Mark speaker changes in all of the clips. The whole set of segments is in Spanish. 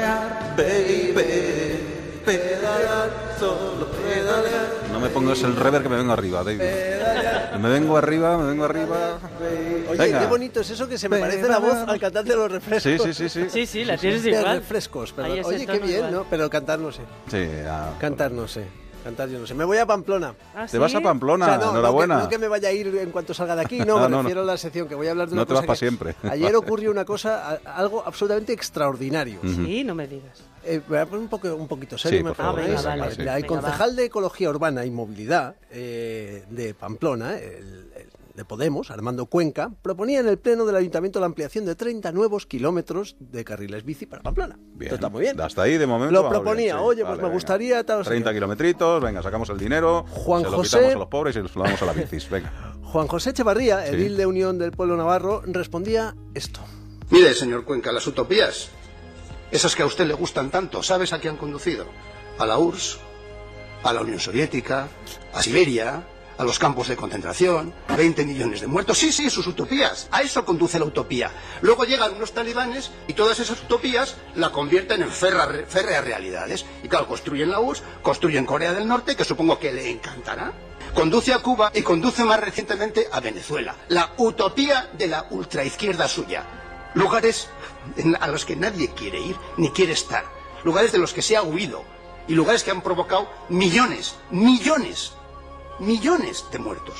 Speaker 1: pedalear, baby. Pedalear, solo pedalear.
Speaker 2: No me pongas el rever que me vengo arriba, David. Me vengo arriba, me vengo arriba.
Speaker 3: Oye,
Speaker 2: Venga.
Speaker 3: qué bonito es eso que se me parece la voz al cantante de los
Speaker 2: Sí,
Speaker 3: refrescos.
Speaker 2: sí, sí, sí.
Speaker 4: Sí, sí, la tienes
Speaker 3: De
Speaker 4: igual.
Speaker 3: refrescos, perdón.
Speaker 4: Ahí es el
Speaker 3: Oye, qué
Speaker 4: tono
Speaker 3: bien,
Speaker 4: igual.
Speaker 3: ¿no? Pero cantar no sé.
Speaker 2: Sí, ah.
Speaker 3: Cantar no sé. Cantar yo no sé. Me voy a Pamplona.
Speaker 4: ¿Ah,
Speaker 2: Te vas
Speaker 4: sí?
Speaker 2: a Pamplona,
Speaker 3: O sea, no,
Speaker 2: enhorabuena.
Speaker 3: No que, no que me vaya a ir en cuanto salga de aquí, no,
Speaker 2: No,
Speaker 3: me
Speaker 2: no, no.
Speaker 3: refiero a la sección que voy a hablar de
Speaker 2: No
Speaker 3: una
Speaker 2: te vas
Speaker 3: cosa
Speaker 2: pa'
Speaker 3: que-
Speaker 2: siempre.
Speaker 3: Ayer ocurrió una cosa, a- algo absolutamente extraordinario.
Speaker 4: Sí, no me digas.
Speaker 3: Eh, me voy a poner un, poco, un poquito serio,
Speaker 2: Sí,
Speaker 3: me
Speaker 2: por favor,
Speaker 3: perdonáis.
Speaker 2: venga, vale,
Speaker 3: El
Speaker 2: venga,
Speaker 4: sí.
Speaker 3: concejal de Ecología Urbana y Movilidad eh, de Pamplona, el- el de Podemos, Armando Cuenca, proponía en el Pleno del Ayuntamiento la ampliación de 30 nuevos kilómetros de carriles bici para Pamplona. Esto está muy bien.
Speaker 2: Hasta ahí de momento.
Speaker 3: Lo
Speaker 2: vamos bien,
Speaker 3: proponía,
Speaker 2: sí.
Speaker 3: oye, pues
Speaker 2: Vale,
Speaker 3: me
Speaker 2: venga.
Speaker 3: gustaría tal, no sé
Speaker 2: 30
Speaker 3: qué.
Speaker 2: kilometritos, venga, sacamos el dinero.
Speaker 3: Juan
Speaker 2: se lo
Speaker 3: José-
Speaker 2: quitamos a los pobres y los lo damos a la bicis. Venga.
Speaker 3: Juan José Echevarría,
Speaker 2: Sí.
Speaker 3: edil de Unión del Pueblo Navarro, respondía esto.
Speaker 5: Mire, señor Cuenca, las utopías, esas que a usted le gustan tanto, ¿sabes a qué han conducido? A la URSS, a la Unión Soviética, a Siberia, a los campos de concentración, a 20 millones de muertos. Sí, sí, sus utopías. A eso conduce la utopía. Luego llegan unos talibanes y todas esas utopías la convierten en ferra- férreas realidades. Y claro, construyen la URSS, construyen Corea del Norte, que supongo que le encantará. Conduce a Cuba y conduce más recientemente a Venezuela. La utopía de la ultraizquierda suya. Lugares en- a los que nadie quiere ir ni quiere estar. Lugares de los que se ha huido. Y lugares que han provocado millones, millones, millones de muertos.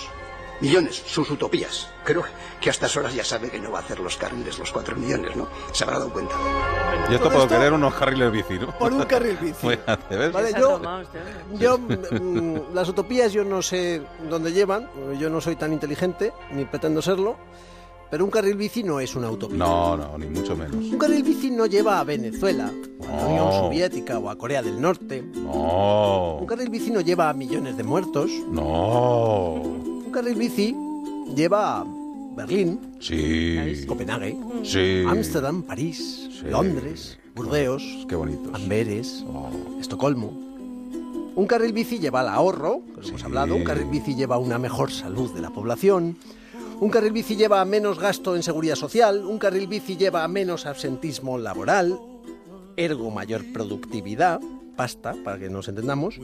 Speaker 5: Millones, sus utopías. Creo que a estas horas ya sabe que no va a hacer los carriles, los cuatro millones, ¿no? Se habrá dado cuenta.
Speaker 2: Y esto
Speaker 3: Todo
Speaker 2: puedo
Speaker 3: esto
Speaker 2: querer unos carriles bici, ¿no?
Speaker 3: Por un carril bici.
Speaker 2: Fíjate, ¿ves?
Speaker 3: Vale,
Speaker 4: Se ha
Speaker 3: yo-
Speaker 4: tomado este hombre.
Speaker 3: Yo, mm, las utopías yo no sé dónde llevan, yo no soy tan inteligente, ni pretendo serlo, pero un carril bici no es una utopía.
Speaker 2: No, no, ni mucho menos.
Speaker 3: Un carril bici no lleva a Venezuela, o a la
Speaker 2: No.
Speaker 3: Unión Soviética o a Corea del Norte.
Speaker 2: No.
Speaker 3: Un carril bici no lleva a millones de muertos.
Speaker 2: No.
Speaker 3: Un carril bici lleva a Berlín,
Speaker 2: Sí.
Speaker 3: Copenhague,
Speaker 2: Sí.
Speaker 3: Ámsterdam, París,
Speaker 2: Sí.
Speaker 3: Londres, Burdeos,
Speaker 2: Qué bonitos.
Speaker 3: Amberes,
Speaker 2: Oh.
Speaker 3: Estocolmo. Un carril bici lleva al ahorro, que lo hemos
Speaker 2: Sí.
Speaker 3: hablado, un carril bici lleva a una mejor salud de la población, un carril bici lleva a menos gasto en seguridad social, un carril bici lleva a menos absentismo laboral, ergo mayor productividad, pasta, para que nos entendamos.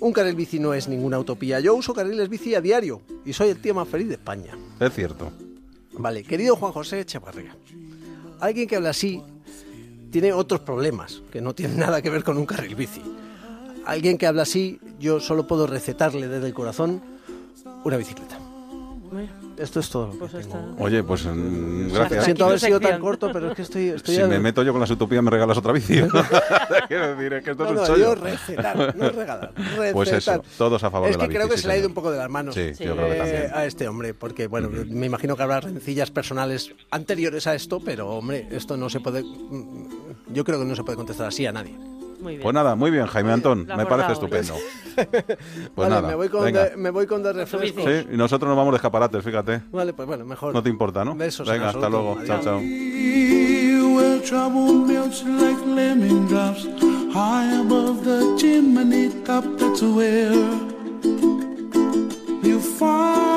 Speaker 3: Un carril bici no es ninguna utopía, yo uso carriles bici a diario y soy el tío más feliz de España.
Speaker 2: Es cierto.
Speaker 3: Vale, querido Juan José Chaparrega, alguien que habla así tiene otros problemas que no tienen nada que ver con un carril bici. Alguien que habla así, yo solo puedo recetarle desde el corazón una bicicleta.
Speaker 4: Mira,
Speaker 3: Esto es todo lo que
Speaker 4: pues
Speaker 3: tengo.
Speaker 4: hasta-
Speaker 2: Oye, pues mm, gracias.
Speaker 3: Siento
Speaker 4: Tranquilo,
Speaker 3: haber sido tan
Speaker 4: sección.
Speaker 3: corto, pero es que estoy... estoy
Speaker 2: Si
Speaker 3: al-
Speaker 2: me meto yo con las utopías, me regalas otra bici. Quiero decir, es que esto
Speaker 3: No,
Speaker 2: es un
Speaker 3: no, yo
Speaker 2: chollo.
Speaker 3: recetar, no regalar, recetar.
Speaker 2: Pues eso, todos a favor
Speaker 3: Es
Speaker 2: de la
Speaker 3: que creo
Speaker 2: bici,
Speaker 3: que
Speaker 2: sí,
Speaker 3: se le ha ido
Speaker 2: señor.
Speaker 3: un poco de las manos.
Speaker 2: Sí, yo
Speaker 4: Sí.
Speaker 2: creo que
Speaker 3: eh,
Speaker 2: también.
Speaker 3: a este hombre, porque bueno, me imagino que habrá rencillas personales anteriores a esto, pero hombre, esto no se puede, mm, yo creo que no se puede contestar así a nadie.
Speaker 4: Muy bien.
Speaker 2: Pues nada, muy bien, Jaime Antón.
Speaker 4: la
Speaker 2: Me parece
Speaker 4: portado,
Speaker 2: estupendo.
Speaker 3: vale,
Speaker 2: Pues nada.
Speaker 3: me voy con,
Speaker 2: venga.
Speaker 3: de, me voy con de refresco.
Speaker 4: bici.
Speaker 2: Sí, y nosotros nos vamos de escaparates, fíjate.
Speaker 3: Vale, pues bueno, mejor.
Speaker 2: No te importa, ¿no?
Speaker 3: Besos en
Speaker 2: Venga, hasta
Speaker 3: absoluto.
Speaker 2: luego. Chao,
Speaker 3: Adiós.
Speaker 2: chao.
Speaker 1: Where trouble melts like lemon drops high above the chimney top. That's where you find. oh, oh.